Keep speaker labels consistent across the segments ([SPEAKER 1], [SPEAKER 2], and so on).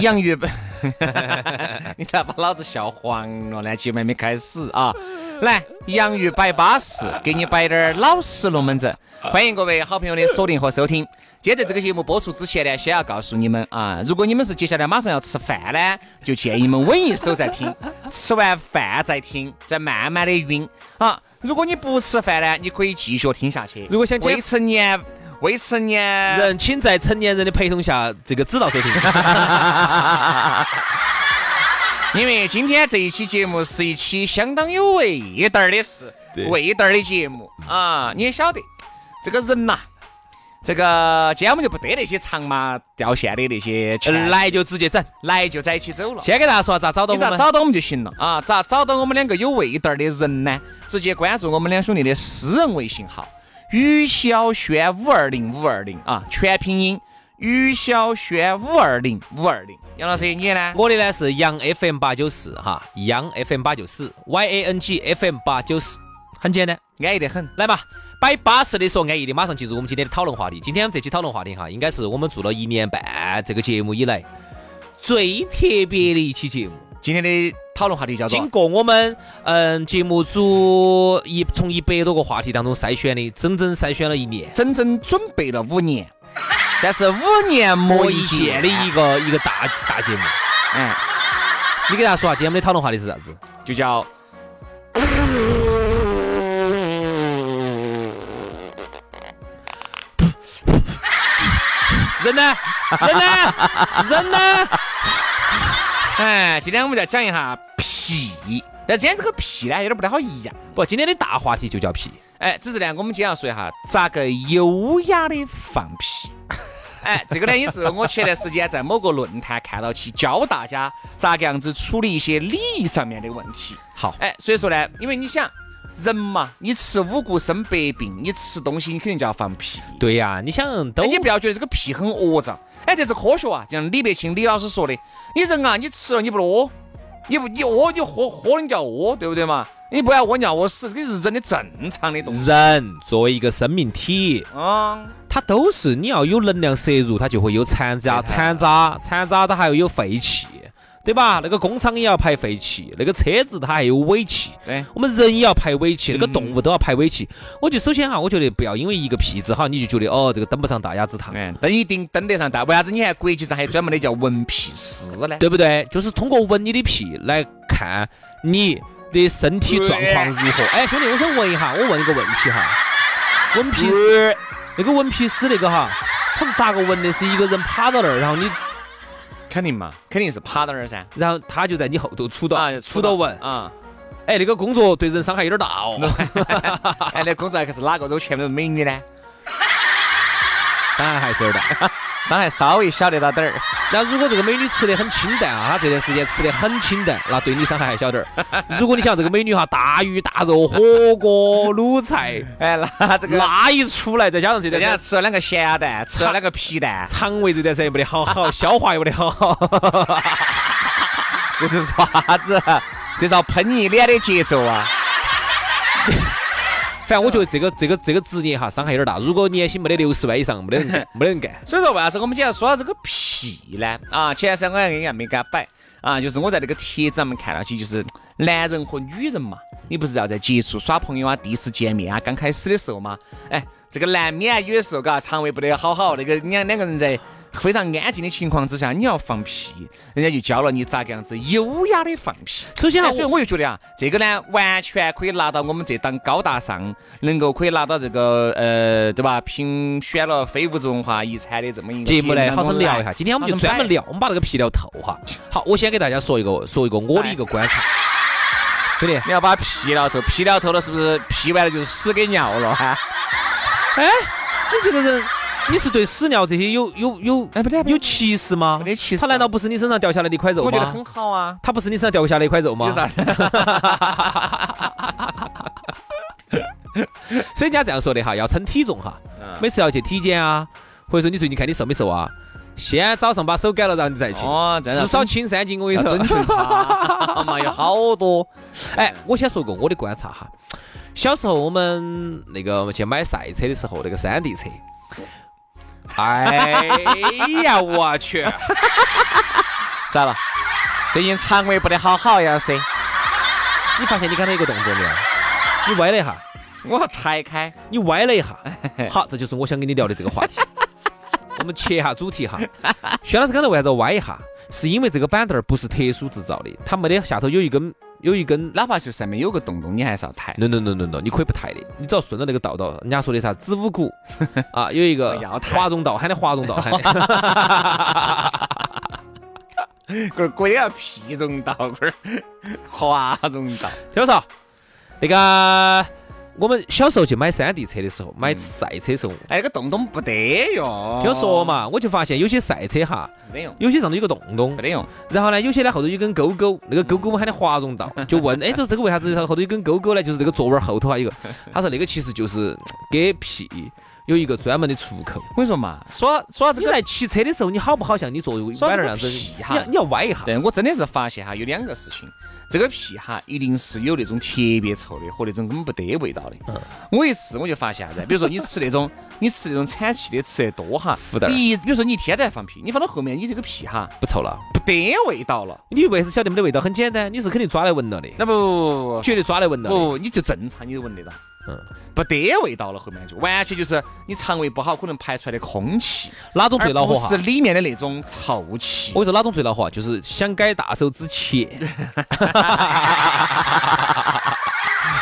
[SPEAKER 1] 洋芋摆， 你咋把老子笑黄了呢？节目还没开始啊！ 来，洋芋摆巴适，给你摆点儿老实龙门阵。欢迎各位好朋友的锁定和收听。今天在这个节目播出之前呢，先要告诉你们啊，如果你们是接下来马上要吃饭呢，就建议你们稳一手再听，吃完饭再听，再慢慢的晕啊。如果你不吃饭呢，你可以继续听下去。
[SPEAKER 2] 如果想减
[SPEAKER 1] 未成年，未成年
[SPEAKER 2] 人请在成年人的陪同下，这个指导收听。
[SPEAKER 1] 因为今天这一期节目是一期相当有味道儿的事，
[SPEAKER 2] 对
[SPEAKER 1] 味道儿的节目啊，你也晓得，这个人呐、这个今天我们就不得那些长嘛掉线的那些钱，
[SPEAKER 2] 来就直接整，
[SPEAKER 1] 来就在一起走了。
[SPEAKER 2] 先给大家说下啊咋找到
[SPEAKER 1] 你
[SPEAKER 2] 我
[SPEAKER 1] 咋
[SPEAKER 2] 们。
[SPEAKER 1] 找到我们就行了啊？咋找到我们两个有味道儿的人呢？直接关注我们两兄弟的私人微信号“于小轩五二零五二零”啊，全拼音“于小轩五二零五二零”。杨老师，你呢？
[SPEAKER 2] 我的呢是杨 FM 八九四哈，杨 FM 八九四，Y A N G F M 八九四，很简单。
[SPEAKER 1] 安逸得很。
[SPEAKER 2] 来吧，摆巴适的说安逸的，马上进入我们今天的讨论话题。今天我们这期讨论话题哈，应该是我们做了一年半这个节目以来最特别的一期节目。
[SPEAKER 1] 今天的讨论话题叫做
[SPEAKER 2] 经过我们嗯节目组一从一百多个话题当中筛选的，整整筛选了一年
[SPEAKER 1] “整整准备了五年”，这是五年磨一
[SPEAKER 2] 见
[SPEAKER 1] 剑
[SPEAKER 2] 的一。个一个大大节目。
[SPEAKER 1] 嗯，
[SPEAKER 2] 你给大家说下啊今天我们的讨论话题是啥子？
[SPEAKER 1] 就叫
[SPEAKER 2] 人呢？人呢？人呢？
[SPEAKER 1] 哎，今天我们就要讲一下屁。但今天这个屁呢，有点不太好样。
[SPEAKER 2] 不，今天的大话题就叫屁。
[SPEAKER 1] 哎，只是呢，我们今天要说一下咋个优雅的放屁。 哎，这个呢也是我前段时间在某个论坛看到去教大家咋个样子处理一些礼仪上面的问题。
[SPEAKER 2] 好，
[SPEAKER 1] 哎，所以说呢，因为你想人嘛，你吃五谷生百病，你吃东西你肯定就要放屁。
[SPEAKER 2] 对呀、你想都
[SPEAKER 1] 哎，你不要觉得这个屁很恶脏，哎，这是科学啊，就像李白清李老师说的，你人啊，你吃了你不屙，你不你屙你喝喝了你就要屙，对不对嘛？你不要屙尿屙屎，这是人的正常的东西
[SPEAKER 2] 人作为一个生命体，
[SPEAKER 1] 啊。
[SPEAKER 2] 它都是你要有能量摄入，它就会有残渣、残渣、残渣，它还要有废气，对吧？那个工厂也要排废气，那个车子它还有尾气，
[SPEAKER 1] 对嗯
[SPEAKER 2] 我们人也要排尾气，那个动物都要排尾气。我就首先哈，我觉得不要因为一个屁字哈，你就觉得哦，这个登不上大雅之堂。
[SPEAKER 1] 嗯，登一定登得上，但为啥子你看国际上还有专门的叫闻屁师呢？
[SPEAKER 2] 对不对？就是通过闻你的屁来看你的身体状况如何。哎，兄弟，我想问一下，我问一个问题哈，闻屁师那个闻屁师那个哈，他是咋个闻的？是一个人趴到那儿，然后你，
[SPEAKER 1] 肯定嘛，肯定是趴到那儿噻。
[SPEAKER 2] 然后他就在你后头杵到，
[SPEAKER 1] 啊，
[SPEAKER 2] 杵到闻。
[SPEAKER 1] 啊，
[SPEAKER 2] 哎，那个工作对人伤害有点大哦。
[SPEAKER 1] 哎，那工作还是哪个都全部都是美女呢？
[SPEAKER 2] 伤害还是有点大。
[SPEAKER 1] 伤害稍微小得到点儿。
[SPEAKER 2] 那如果这个美女吃的很清淡啊，她这段时间吃的很清淡，那对你伤害还小点儿。如果你像这个美女哈，大鱼大肉、火锅、卤菜，
[SPEAKER 1] 哎，那这个
[SPEAKER 2] 那一出来，再加上这段
[SPEAKER 1] 人
[SPEAKER 2] 时
[SPEAKER 1] 家
[SPEAKER 2] 间
[SPEAKER 1] 吃了两个咸蛋，吃了两个皮蛋，
[SPEAKER 2] 肠胃这段时间也没得好好，消化也没得好好。
[SPEAKER 1] 这是啥子？这是要喷你一脸的节奏啊！
[SPEAKER 2] 反正我觉得这个这个这个职业哈，伤害有点大。如果年薪没得六十万以上，没得人干没得人干。
[SPEAKER 1] 所以说，为啥子我们今天要说到这个屁呢？啊，前段时间我还给人家没给他摆。啊，就是我在那个帖子上面看到起，就是男人和女人嘛，你不是要在接触耍朋友啊、第一次见面啊、刚开始的时候嘛，哎，这个难免啊有的时候嘎肠胃不得好好，那个两两个人在。非常安静的情况之下，你要放屁，人家就教了你咋个样子优雅的放屁。
[SPEAKER 2] 首先啊
[SPEAKER 1] 哎所以我就觉得啊，这个呢，完全可以拿到我们这档高大上，能够可以拿到这个呃，对吧？评选了非物质文化遗产的这么一个
[SPEAKER 2] 节目呢，
[SPEAKER 1] 当
[SPEAKER 2] 好
[SPEAKER 1] 中
[SPEAKER 2] 生聊一下。
[SPEAKER 1] 来
[SPEAKER 2] 今天我们就
[SPEAKER 1] 好生哎
[SPEAKER 2] 专门
[SPEAKER 1] 摆
[SPEAKER 2] 聊，我们把那个皮聊透哈。好，我先给大家说一个，说一个我的一个观察。对的，
[SPEAKER 1] 你要把屁聊透，屁聊透了是不是？屁完了就是屎给尿了哈？
[SPEAKER 2] 哎，你这个人，你是对屎尿这些有有有
[SPEAKER 1] 哎不对不对
[SPEAKER 2] 有歧视吗？
[SPEAKER 1] 没得歧视
[SPEAKER 2] 它难道不是你身上掉下来的一块肉
[SPEAKER 1] 我觉得
[SPEAKER 2] 吗
[SPEAKER 1] 很？好啊。
[SPEAKER 2] 它不是你身上掉下来的一块肉吗？
[SPEAKER 1] 有啥子？
[SPEAKER 2] 所以人家这样说的哈，要称体重哈，
[SPEAKER 1] 嗯
[SPEAKER 2] 每次要去体检啊，或者说你最近看你瘦没瘦啊，先早上把手改了，然后你再去，
[SPEAKER 1] 哦，这样
[SPEAKER 2] 至少轻三斤。我跟
[SPEAKER 1] 要
[SPEAKER 2] 你说
[SPEAKER 1] 准，确嘛，啊 妈有好多。
[SPEAKER 2] 哎，我先说个我的观察哈。小时候我们那个去买赛车的时候，那个山 地车，哎呀，我去，
[SPEAKER 1] 咋了？最近肠胃不得好好呀噻？
[SPEAKER 2] 你发现你刚才一个动作没有？你歪了一下，
[SPEAKER 1] 我抬开，
[SPEAKER 2] 你歪了一 下。好，这就是我想跟你聊的这个话题。 我们切一下主题哈。薛老师刚才为啥子要歪一下？是因为这个板凳儿不是特殊制造的，它没得下头有一根有一根
[SPEAKER 1] 哪怕就上面有个洞洞，你还是要抬。
[SPEAKER 2] no no no no no，你可以不抬的，你只要顺着那个道道，人家说的啥子五谷 啊，有一个
[SPEAKER 1] 不要抬
[SPEAKER 2] 华容道喊的华容道喊 的，
[SPEAKER 1] 龟儿龟儿要屁融到 龟儿，华容道。
[SPEAKER 2] 听我说，那个我们小时候去买山地车的时候，买赛车的时候，
[SPEAKER 1] 哎，那个洞洞不得用。
[SPEAKER 2] 听我说，嘛，我就发现有些赛车哈，
[SPEAKER 1] 没得用，
[SPEAKER 2] 有些上头有个洞洞
[SPEAKER 1] 没，得用。
[SPEAKER 2] 然后呢，有些呢后头有根钩钩，那个钩钩我们喊的华容 道，就问，哎，说这个为啥子后头有根钩钩呢？就是那个座位儿后头还啊 有一个，他说那个其实就是给屁有一个专门的出口。
[SPEAKER 1] 我跟你说嘛，说说这
[SPEAKER 2] 你
[SPEAKER 1] 个，
[SPEAKER 2] 在骑车的时候，你好不好像你坐
[SPEAKER 1] 说
[SPEAKER 2] 歪
[SPEAKER 1] 这
[SPEAKER 2] 那
[SPEAKER 1] 个
[SPEAKER 2] 儿样子？
[SPEAKER 1] 屁
[SPEAKER 2] 啊你
[SPEAKER 1] 哈
[SPEAKER 2] 要你要歪一下。
[SPEAKER 1] 对我真的是发现哈，有两个事情，这个屁哈，一定是有那种特别臭的和那种根本不得味道的。
[SPEAKER 2] 嗯
[SPEAKER 1] 我一吃我就发现啥子，比如说你吃那种，你吃那种产气的吃得多哈
[SPEAKER 2] 负担，儿
[SPEAKER 1] 你一比如说你一天在放屁，你放到后面你这个屁哈
[SPEAKER 2] 不臭了。
[SPEAKER 1] 不得味道了。
[SPEAKER 2] 你为啥子晓得没得味道？很简单，你是肯定抓来闻了的，
[SPEAKER 1] 那不哦不不
[SPEAKER 2] 绝对抓来闻了的。
[SPEAKER 1] 不，你就正常，你就闻得到。
[SPEAKER 2] 嗯
[SPEAKER 1] 嗯，不得味道了，后面就完全就是你肠胃不好，可能排出来的空气，
[SPEAKER 2] 哪种最恼火
[SPEAKER 1] 而不
[SPEAKER 2] 哈？
[SPEAKER 1] 是里面的那种臭气。
[SPEAKER 2] 我跟你说哪种最恼火啊？就是想改大手之 前，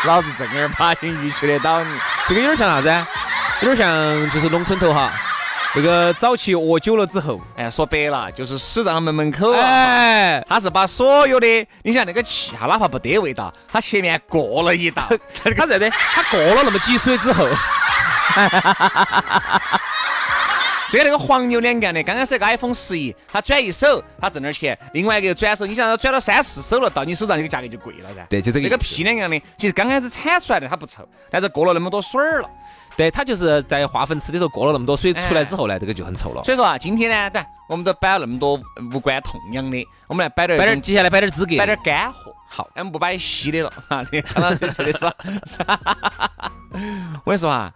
[SPEAKER 1] 老子正儿八经预期得到你。
[SPEAKER 2] 这个有点像啥子啊？有点像就是农村头哈，那个早期饿久了之后，
[SPEAKER 1] 哎，说白了就是死在他们门口啊。
[SPEAKER 2] 哎，
[SPEAKER 1] 他是把所有的，你想那个气啊哈，哪怕不得味道，他前面过了一道，
[SPEAKER 2] 他啥子？他过了那么几水之后，
[SPEAKER 1] 这个那个黄牛两杆的，刚开始那个 iPhone 十一，他转一手，他挣点钱，另外一个转手，你想他转到三四手了，到你手上这个价格就贵了噻。
[SPEAKER 2] 对就这个
[SPEAKER 1] 那个
[SPEAKER 2] 意思
[SPEAKER 1] 屁两样的，其实刚开始产出来的它不臭，但是过了那么多水儿了。
[SPEAKER 2] 对他就是在化粪池里头过了那么多水出来之后呢，这个就很臭了。
[SPEAKER 1] 所以说啊，今天呢，对，我们都摆了那么多无关痛痒的，我们来摆点
[SPEAKER 2] 摆点儿，接下来摆点儿资格，
[SPEAKER 1] 摆点儿干货。
[SPEAKER 2] 好
[SPEAKER 1] 哎，我们不摆稀的了 哈。你看到这这的是， 我跟你说啊，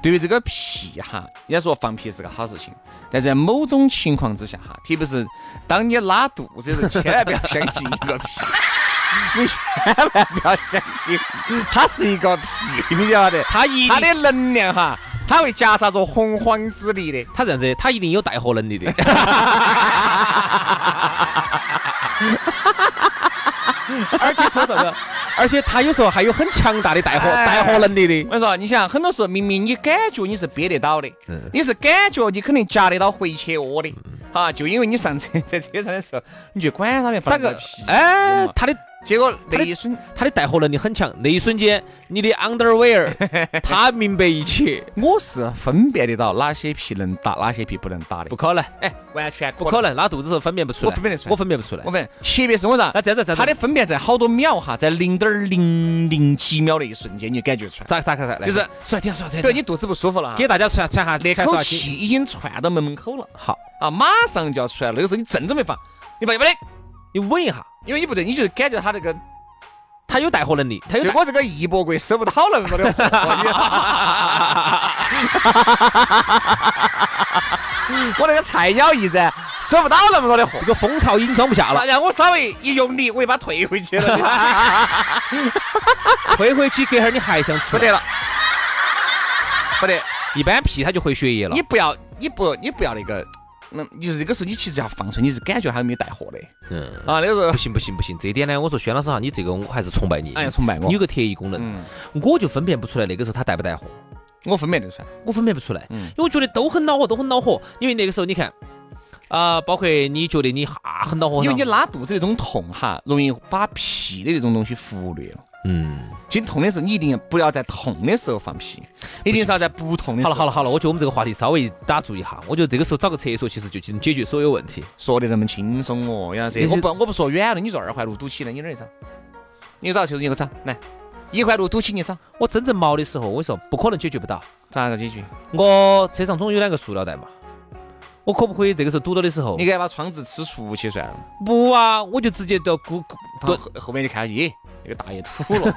[SPEAKER 1] 对于这个屁哈，人家说放屁是个好事情，但在某种情况之下哈，特别是当你拉肚子的时候，千万不要相信一个屁。 你千万不要相信，它是一个屁，你晓得？
[SPEAKER 2] 他一
[SPEAKER 1] 它
[SPEAKER 2] 定
[SPEAKER 1] 的能量哈，它会夹杂着洪荒之力的。
[SPEAKER 2] 他这样子的，他一定有带货能力的。 而且他啥子？而且他有时候还有很强大的带货
[SPEAKER 1] 哎
[SPEAKER 2] 带货能力的
[SPEAKER 1] 我。跟你说，你想，很多时候明明你感觉你是憋得到的，
[SPEAKER 2] 嗯
[SPEAKER 1] 你是感觉你肯定夹得到回切窝的，啊，就因为你上车在车上的时候，你就管他的，
[SPEAKER 2] 那
[SPEAKER 1] 放
[SPEAKER 2] 个
[SPEAKER 1] 屁，
[SPEAKER 2] 哎
[SPEAKER 1] 嘛，
[SPEAKER 2] 他的
[SPEAKER 1] 结果
[SPEAKER 2] 他
[SPEAKER 1] 那
[SPEAKER 2] 的
[SPEAKER 1] 一瞬，
[SPEAKER 2] 他的带货能力很强，那一瞬间你的 underwear 他明白一切，
[SPEAKER 1] 我是分辨得到哪些屁能打，哪些屁不能打的
[SPEAKER 2] 不，可能，
[SPEAKER 1] 哎，完全不
[SPEAKER 2] 不可，能，拉肚子的时候分辨不出来，
[SPEAKER 1] 我分辨得出来
[SPEAKER 2] 我分辨不出来
[SPEAKER 1] 我。们特别是我啥
[SPEAKER 2] 那，这样子，这样子
[SPEAKER 1] 它的分辨在好多秒哈，在零点零零几秒的一瞬间，你就感觉出来，
[SPEAKER 2] 咋咋咋咋，来
[SPEAKER 1] 就是
[SPEAKER 2] 出来听说来听
[SPEAKER 1] 比如
[SPEAKER 2] 说，
[SPEAKER 1] 你肚子不舒服了哈，
[SPEAKER 2] 给大家传传下
[SPEAKER 1] 那
[SPEAKER 2] 传
[SPEAKER 1] 口
[SPEAKER 2] 下
[SPEAKER 1] 气已经窜到门门口了。
[SPEAKER 2] 好，
[SPEAKER 1] 啊，马上就要出来了。有时候你正准备放，你放不得，
[SPEAKER 2] 你稳一下，
[SPEAKER 1] 因为你不对，你就感觉他那个，
[SPEAKER 2] 他有带货能力，他有
[SPEAKER 1] 就
[SPEAKER 2] 带
[SPEAKER 1] 哎我这个一博贵收不到那么多的货。 你我那个菜鸟驿站收不到那么多的货
[SPEAKER 2] 这。个蜂巢已经装不下了，
[SPEAKER 1] 然后我稍微一用力，我又把它退回去了，
[SPEAKER 2] 推回去隔会儿你还想出
[SPEAKER 1] 不，得了， 不得。
[SPEAKER 2] 一般屁它就回血液了
[SPEAKER 1] 你。不要，你不，你不要那个，嗯，你就是这个时候你其实要放出，你是感觉还有没有带货的
[SPEAKER 2] 嗯，
[SPEAKER 1] 啊？那个时候
[SPEAKER 2] 不行不行不行，这一点呢，我说轩老师哈，啊你这个我还是崇拜你，
[SPEAKER 1] 哎崇拜嗯我
[SPEAKER 2] 你有个特异功能，我就分辨不出来那个时候他带不带货，
[SPEAKER 1] 我分辨得出来，
[SPEAKER 2] 我分辨不出来，
[SPEAKER 1] 嗯
[SPEAKER 2] 因为我觉得都很恼火，都很恼火，因为那个时候你看。啊、包括你觉得你哈很恼火，
[SPEAKER 1] 因为你
[SPEAKER 2] 很恼火
[SPEAKER 1] 拉肚子那种痛哈，容易把屁的那种东西忽略了。
[SPEAKER 2] 嗯，
[SPEAKER 1] 经痛的时候，你一定要不要在痛的时候放屁，一定是要在不痛的时
[SPEAKER 2] 好
[SPEAKER 1] 候。
[SPEAKER 2] 了好了好了，我觉得我们这个话题稍微打住一下，我觉得这个时候找个厕所其实就能解决所有问题。
[SPEAKER 1] 说的那么轻松哦，杨老师
[SPEAKER 2] 你，是
[SPEAKER 1] 我不我不说远了，你说二环路堵起了，你哪儿找？你找就是一个找，来，一环路堵起你找，
[SPEAKER 2] 我真正毛的时候，我跟你说不可能解决不到。
[SPEAKER 1] 咋个解决？
[SPEAKER 2] 我车上总有两个塑料袋嘛，我可不可以这个时候堵到的时候
[SPEAKER 1] 你？给它把窗子吃出去算了，
[SPEAKER 2] 不啊，我就直接到咕咕
[SPEAKER 1] 然后后后面就看到，咦，那个大爷吐了。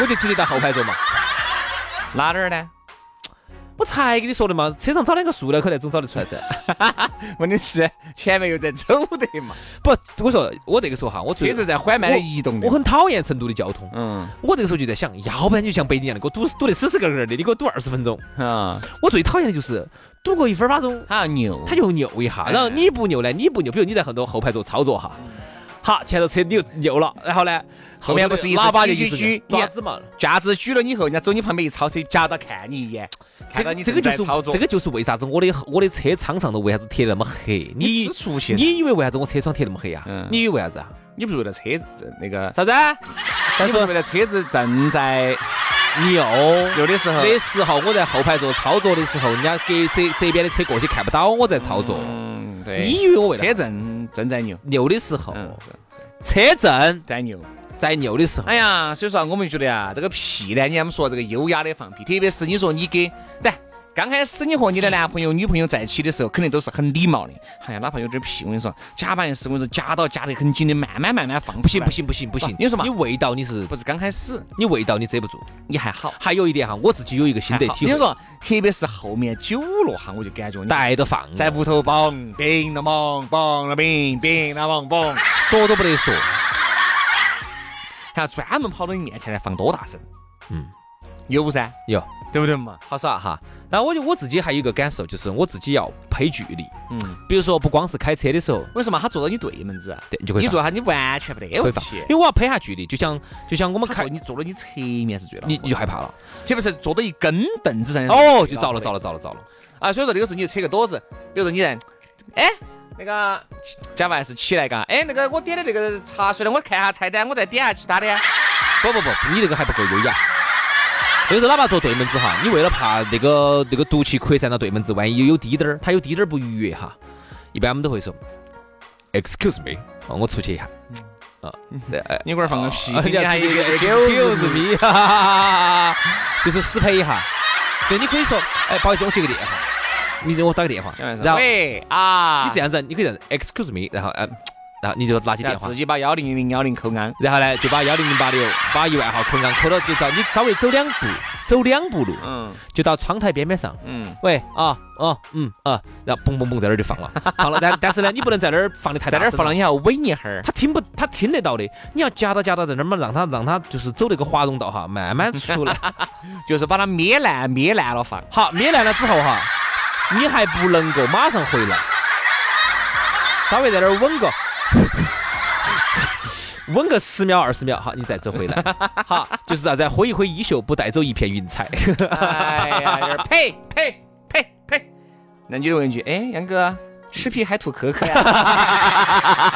[SPEAKER 2] 我就直接到后排坐嘛。
[SPEAKER 1] 哪点儿呢？
[SPEAKER 2] 我才跟你说的嘛，车上找两个塑料口袋总找得出来 噻。
[SPEAKER 1] 问题是前面又在走的嘛，
[SPEAKER 2] 不，我说我那个时候哈，我
[SPEAKER 1] 车
[SPEAKER 2] 最
[SPEAKER 1] 子在缓慢的移动的。
[SPEAKER 2] 我很讨厌成都的交通。
[SPEAKER 1] 嗯
[SPEAKER 2] 我这个时候就在想，要不然你就像北京一样的，给我堵堵得死死个个的，你给我堵二十分钟。
[SPEAKER 1] 啊，
[SPEAKER 2] 我最讨厌的就是堵个一分八钟，
[SPEAKER 1] 他要牛，
[SPEAKER 2] 他就扭一
[SPEAKER 1] 哎
[SPEAKER 2] 下，然后你不扭呢，你不扭，比如你在很多后排坐操作哈，好，前头车扭扭了，然后呢，
[SPEAKER 1] 嗯后面不是一直
[SPEAKER 2] 喇叭就
[SPEAKER 1] 举
[SPEAKER 2] 一直
[SPEAKER 1] 举举
[SPEAKER 2] 抓子嘛，
[SPEAKER 1] 架子举了你以后，人家走你旁边一超车，夹到看你一眼，
[SPEAKER 2] 这
[SPEAKER 1] 看到
[SPEAKER 2] 个
[SPEAKER 1] 你
[SPEAKER 2] 这个就
[SPEAKER 1] 正在操
[SPEAKER 2] 是
[SPEAKER 1] 作，
[SPEAKER 2] 这个就是为啥子我的我的车窗上头为啥子贴那么黑？
[SPEAKER 1] 你
[SPEAKER 2] 你
[SPEAKER 1] 吃出去，
[SPEAKER 2] 你以为为啥子我车窗贴那么黑呀、
[SPEAKER 1] 嗯
[SPEAKER 2] 你以为为啥子啊？
[SPEAKER 1] 你不是为了车子那个，
[SPEAKER 2] 啥子？
[SPEAKER 1] 你不是为了车子正在
[SPEAKER 2] 扭
[SPEAKER 1] 有的时候，
[SPEAKER 2] 的时候，我在后排做操作的时候，人家给这这边的车过去看不到我在操作。
[SPEAKER 1] 嗯，对，
[SPEAKER 2] 你以为我为
[SPEAKER 1] 车
[SPEAKER 2] 了
[SPEAKER 1] 正正在牛，
[SPEAKER 2] 扭的时候，
[SPEAKER 1] 嗯，
[SPEAKER 2] 车正
[SPEAKER 1] 在牛。
[SPEAKER 2] 在扭的时候，
[SPEAKER 1] 哎呀，所以说啊我们就觉得啊，这个屁呢，你看我们说这个优雅的放屁，特别是你说你给，对，刚开始你和你的男朋友、女朋友在一起的时候，肯定都是很礼貌的。哎呀，哪怕有点屁，我跟你说，假扮是我跟你说夹到夹得很紧的，慢慢慢慢放出来。
[SPEAKER 2] 不行不，行不行不行
[SPEAKER 1] 啊！你说嘛
[SPEAKER 2] 你味道你是
[SPEAKER 1] 不是刚开始
[SPEAKER 2] 你味道你遮不住。
[SPEAKER 1] 你还好，
[SPEAKER 2] 还有一点哈，我自己有一个心得
[SPEAKER 1] 还好
[SPEAKER 2] 体
[SPEAKER 1] 你
[SPEAKER 2] 会，
[SPEAKER 1] 说，特别是后面久了哈，我就感觉你
[SPEAKER 2] 带着放，
[SPEAKER 1] 在屋头蹦蹦了蹦蹦了蹦蹦了蹦蹦，
[SPEAKER 2] 说都不得说。
[SPEAKER 1] 还要专门跑到你面前来放多大声？
[SPEAKER 2] 嗯，
[SPEAKER 1] 有噻，
[SPEAKER 2] 有，
[SPEAKER 1] 对不对嘛？
[SPEAKER 2] 好耍哈。然后我就我自己还有一个感受，就是我自己要配距离，
[SPEAKER 1] 嗯，
[SPEAKER 2] 比如说不光是开车的时候，
[SPEAKER 1] 为什么他坐到你对门子啊？
[SPEAKER 2] 对你就会
[SPEAKER 1] 你
[SPEAKER 2] 放
[SPEAKER 1] 坐下，你完全不得哎
[SPEAKER 2] 会
[SPEAKER 1] 问
[SPEAKER 2] 放
[SPEAKER 1] 题，。
[SPEAKER 2] 因为我要配下距离，就像就像我们
[SPEAKER 1] 我看
[SPEAKER 2] 开，
[SPEAKER 1] 你坐到你侧面是最恼火
[SPEAKER 2] 你
[SPEAKER 1] 的，
[SPEAKER 2] 你就害怕了，
[SPEAKER 1] 特别是坐到一根凳子上
[SPEAKER 2] 哦，就遭了遭
[SPEAKER 1] 了
[SPEAKER 2] 了遭了遭了。
[SPEAKER 1] 啊！所以说那个时候你就扯个躲子，比如说你在，哎，那个加饭是起来嘎，哎，那个我点的那个茶水呢，我看下菜单，我再点下其他的呀。
[SPEAKER 2] 不不不，你这个还不够优雅。那个时候哪怕坐对门子哈，你为了怕那个那个毒气扩散到对门子，万一有滴点儿，它有滴点儿不愉悦哈，一般我们都会说，Excuse me，哦，我出去一下。啊，对哎
[SPEAKER 1] 你龟儿放个屁
[SPEAKER 2] 啊， 人
[SPEAKER 1] 嗯你
[SPEAKER 2] 家
[SPEAKER 1] 还
[SPEAKER 2] 直
[SPEAKER 1] 有一
[SPEAKER 2] 接
[SPEAKER 1] 个
[SPEAKER 2] 就是
[SPEAKER 1] 九
[SPEAKER 2] 九
[SPEAKER 1] 字
[SPEAKER 2] 字
[SPEAKER 1] 米，
[SPEAKER 2] 米，哈哈哈哈哈就是适配一下。对，你可以说，哎，不好意思，我接个电话，你给我打个电话，然后
[SPEAKER 1] 喂啊，
[SPEAKER 2] 你这样子，你可以这样子，excuse me，然后嗯，然后你就拿起
[SPEAKER 1] 然
[SPEAKER 2] 电
[SPEAKER 1] 后
[SPEAKER 2] 话
[SPEAKER 1] 自，己把幺零零幺零扣安。
[SPEAKER 2] 然后呢就把幺零零八六把一万号口岸扣到，就到你稍微走两步，走两步路，
[SPEAKER 1] 嗯
[SPEAKER 2] 就到窗台边边上。
[SPEAKER 1] 嗯，
[SPEAKER 2] 喂啊哦嗯啊，然后嘣嘣嘣在那儿就放了，放了，但但是呢，你不能在那儿放的太
[SPEAKER 1] 在
[SPEAKER 2] 大
[SPEAKER 1] 那儿
[SPEAKER 2] 声，
[SPEAKER 1] 放了，你还要稳一会儿。
[SPEAKER 2] 他听不，他听得到的。你要夹到夹到在那儿嘛，让他让他就是走那个滑容道哈，慢慢出来。
[SPEAKER 1] 就是把它搣烂，搣烂了放。
[SPEAKER 2] 好，灭烂了之后哈，你还不能够马上回来，稍微在那儿稳个，稳个十秒二十秒，好，你再走回来。好，就是啥子，啊挥一挥衣袖，不带走一片云彩。
[SPEAKER 1] 哎呀，有点呸呸呸呸！那女的问一句，哎，杨哥，吃屁还吐壳壳 呀？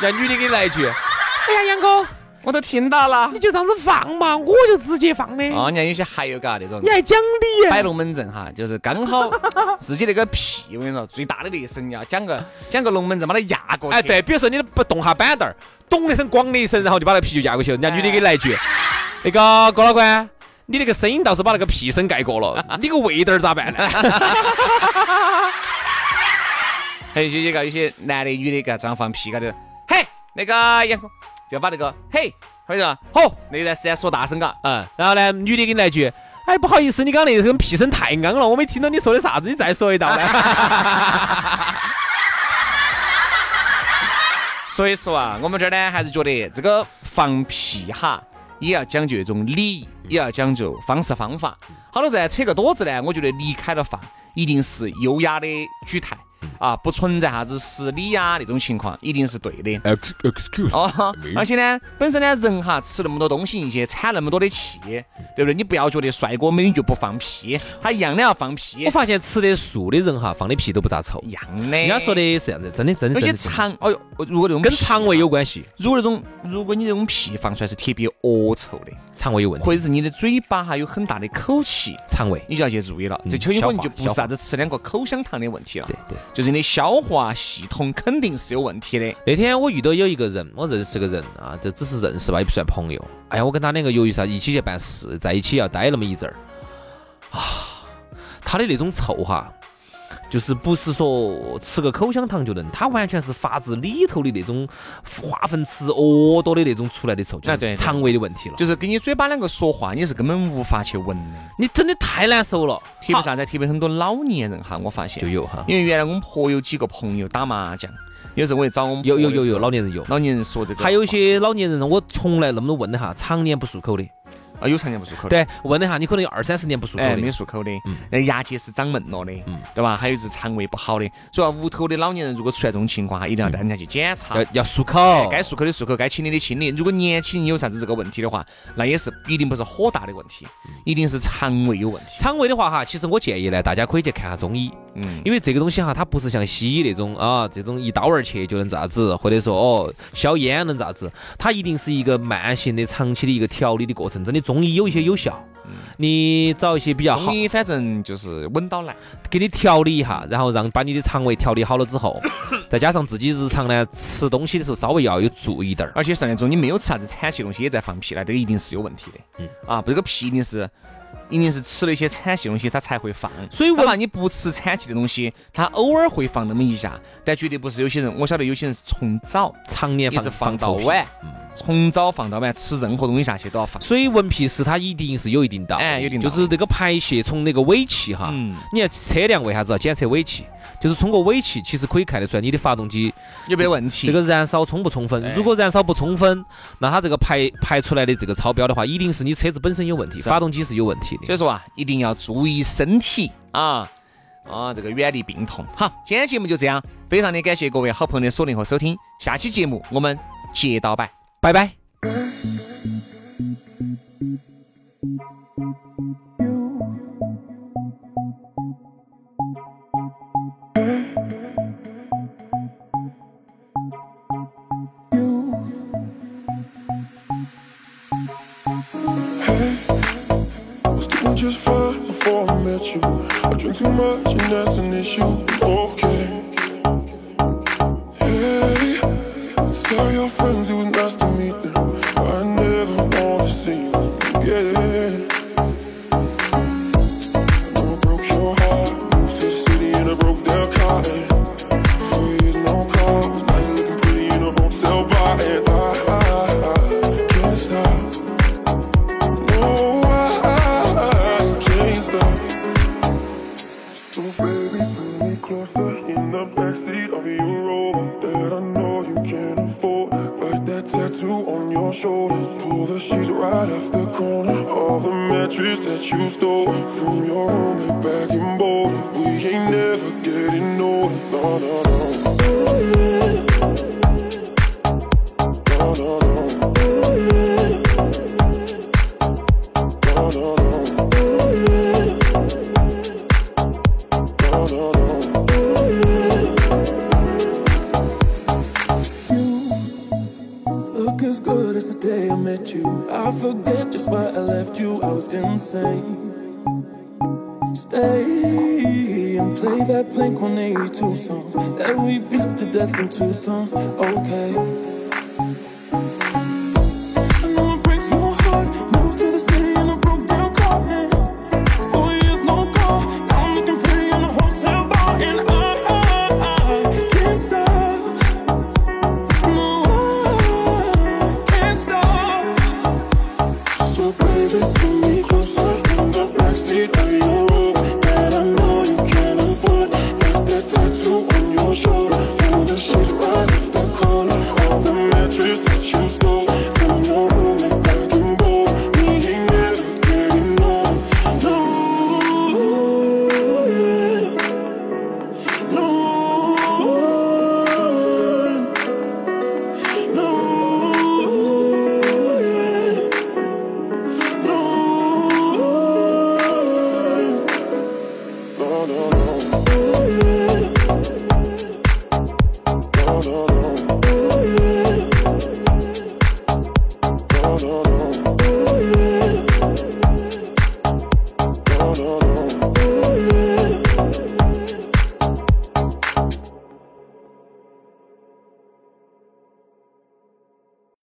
[SPEAKER 2] 那女的给你来一句，
[SPEAKER 1] 哎呀，杨哥，我都听到了。
[SPEAKER 2] 就这样子放嘛，我就直接放的。
[SPEAKER 1] 哦，人家有些还有嘎那种
[SPEAKER 2] 还讲 理
[SPEAKER 1] 摆龙门阵哈，就是刚好自己那个屁，我跟你说，最大的那一声要讲个讲个龙门阵，把它压过去。
[SPEAKER 2] 哎，，对，比如说你不动下板凳儿，咚一声，咣的一声，然后就把那个屁就压过去了。人家女的给你来一句：“那个郭老官，你那个声音倒是把那个屁声盖过了，你个味道儿咋办呢
[SPEAKER 1] 还有些些嘎，有些男的女的嘎这样放屁嘎的，嘿，那个杨就把那个嘿，或者吼那段时间说大声啊嘎，
[SPEAKER 2] 嗯，然后呢，女的给你来一句，哎，不好意思，你刚刚那声屁声太昂了，我没听到你说的啥子，你再说一道呢。
[SPEAKER 1] 所以说啊，我们这儿呢还是觉得这个放屁哈，也要讲究一种礼仪，也要讲究方式方法。好多噻，扯个多子呢，我觉得离开了放，一定是优雅的举态啊，不存在啥子失礼呀那种情况，一定是对的。
[SPEAKER 3] Ex excuse，
[SPEAKER 1] 哦，而且呢，本身呢，人哈吃那么多东西一些，产那么多的气，对不对？你不要觉得帅哥美女就不放屁，他一样的要放屁
[SPEAKER 2] 我，发现吃的素的人哈，放的屁都不咋臭
[SPEAKER 1] 一。样的。
[SPEAKER 2] 人
[SPEAKER 1] 人
[SPEAKER 2] 家说，的是这样子，真的真的
[SPEAKER 1] 有些
[SPEAKER 2] 真的真的
[SPEAKER 1] 肠，哎呦，如果这种
[SPEAKER 2] 跟
[SPEAKER 1] 屁
[SPEAKER 2] 肠胃有，关系，
[SPEAKER 1] 如果那种，如果你这种屁放出来是特别恶臭的，
[SPEAKER 2] 肠胃有问题，
[SPEAKER 1] 或者是你的嘴巴哈有很大的口气，
[SPEAKER 2] 肠胃。
[SPEAKER 1] 你就要去注意了。
[SPEAKER 2] 嗯
[SPEAKER 1] 这秋天
[SPEAKER 2] 消化
[SPEAKER 1] 果你就不
[SPEAKER 2] 消
[SPEAKER 1] 是
[SPEAKER 2] 化
[SPEAKER 1] 啥子吃两个口香糖的问题了，
[SPEAKER 2] 对对。
[SPEAKER 1] 就是你的消化系统肯定是有问题的。
[SPEAKER 2] 那天我遇到有一个人，我认识个人啊，这只是认识吧，也不算朋友。哎呀，我跟他两个由于啥一起去办事，在一起要待那么一阵儿啊，他的那种臭哈，就是不是说吃个口香糖就能，他完全是发自里头的那种化粪池恶哦多的那种出来的臭，就
[SPEAKER 1] 那对
[SPEAKER 2] 是
[SPEAKER 1] 对
[SPEAKER 2] 肠胃的问题了。就
[SPEAKER 1] 就是跟你嘴巴两个说话，你是根本无法去闻的。
[SPEAKER 2] 你真的太难受了，
[SPEAKER 1] 特别啥子？特别很多老年人哈，我发现
[SPEAKER 2] 就，有哈，
[SPEAKER 1] 因为原来我们婆有几个朋友打麻将，有时候我就找我们
[SPEAKER 2] 有有有有
[SPEAKER 1] 老
[SPEAKER 2] 老年人有，
[SPEAKER 1] 老年人说这个话，
[SPEAKER 2] 还有一些老年人我从来那么多问的哈，常年不漱口的，
[SPEAKER 1] 啊有常年不漱口的，
[SPEAKER 2] 对，问的哈，你可能有二三十年不漱口
[SPEAKER 1] 哎
[SPEAKER 2] 的
[SPEAKER 1] 没。漱口的
[SPEAKER 2] 嗯，
[SPEAKER 1] 那牙结石长闷了的
[SPEAKER 2] 嗯，
[SPEAKER 1] 对吧？还有是肠胃不好的，所以啊屋头的老年人如果出现这种情况，哈，一定要带人家去检查
[SPEAKER 2] 要。要漱口
[SPEAKER 1] 哎，该漱口的漱口，该清理的清理。如果年轻人有啥子这个问题的话，那也是一定不是火大的问题，
[SPEAKER 2] 嗯
[SPEAKER 1] 一定是肠胃有问题。
[SPEAKER 2] 肠胃的话哈，其实我建议呢，大家可以去看下中医，
[SPEAKER 1] 嗯，
[SPEAKER 2] 因为这个东西哈，它不是像西医那种啊，这种一刀儿切就能咋子，或者说哦消炎能咋子，它一定是一个慢性的、长期的一个调理的过程。真的，中医有一些有效，你找一些比较好
[SPEAKER 1] 中，医反正就是稳到来。
[SPEAKER 2] 给你调理一下，然后让把你的肠胃调理好了之后， 再加上自己日常呢吃东西的时候稍微要有注意点儿。
[SPEAKER 1] 而且上一中你没有吃啥子产气东西，也在放屁呢，这个一定是有问题的。
[SPEAKER 2] 嗯
[SPEAKER 1] 啊，这个屁一定是一定是吃了一些产气东西，它才会放。
[SPEAKER 2] 所以
[SPEAKER 1] 哪怕
[SPEAKER 2] 我
[SPEAKER 1] 你不吃产气的东西，它偶尔会放那么一下，但绝对不是有些人。我晓得有些人是从早
[SPEAKER 2] 常年
[SPEAKER 1] 一
[SPEAKER 2] 放嗯
[SPEAKER 1] 直放
[SPEAKER 2] 臭
[SPEAKER 1] 到
[SPEAKER 2] 屁
[SPEAKER 1] 晚，从早放到晚，吃任何东西下去都要放。
[SPEAKER 2] 所以文皮是它一定是有一定道理，
[SPEAKER 1] 哎有一定道
[SPEAKER 2] 就
[SPEAKER 1] 理
[SPEAKER 2] 是这个排泄从那个尾气哈，
[SPEAKER 1] 嗯
[SPEAKER 2] 你要测量为啥子要检测尾气，就是通过尾气其实可以看得出来你的发动机
[SPEAKER 1] 有没有问题？
[SPEAKER 2] 这个燃烧充不充
[SPEAKER 1] 哎
[SPEAKER 2] 分。如果燃烧不充分，那它这个排排出来的这个超标的话，一定是你车子本身有问题，
[SPEAKER 1] 是啊
[SPEAKER 2] 发动机是有问题
[SPEAKER 1] 所
[SPEAKER 2] 的。
[SPEAKER 1] 以说啊，一定要注意身体啊啊，这个远离病痛。好，今天节目就这样，非常的感谢各位好朋友的锁定和收听，下期节目我们接到摆，
[SPEAKER 2] 拜拜。
[SPEAKER 4] was doing just fine before I met you. I drink too much and that's an issue. Okay. Hey, tell your friends it was nice to meet them. I never want to see you again. I broke your heart, moved to the city in a broke down car. and Four years no calls, now you looking pretty in a hotel bar, and I, I, I can't stop. No, I can't stop. So baby, pull me closer in the backseat of your Rover that I know you can't afford. Like that tattoo on your shoulder, pull the sheets right off the corner. All the mattress that you stole from your roommate back in Boulder, we ain't never getting older. No, no, no. No, no, no. No, no, no. No, no, no.
[SPEAKER 5] look as good as the day I met you. I forget just why I left you, I was insane. Stay and play that Blink 182 song that we beat to death in Tucson. Okay.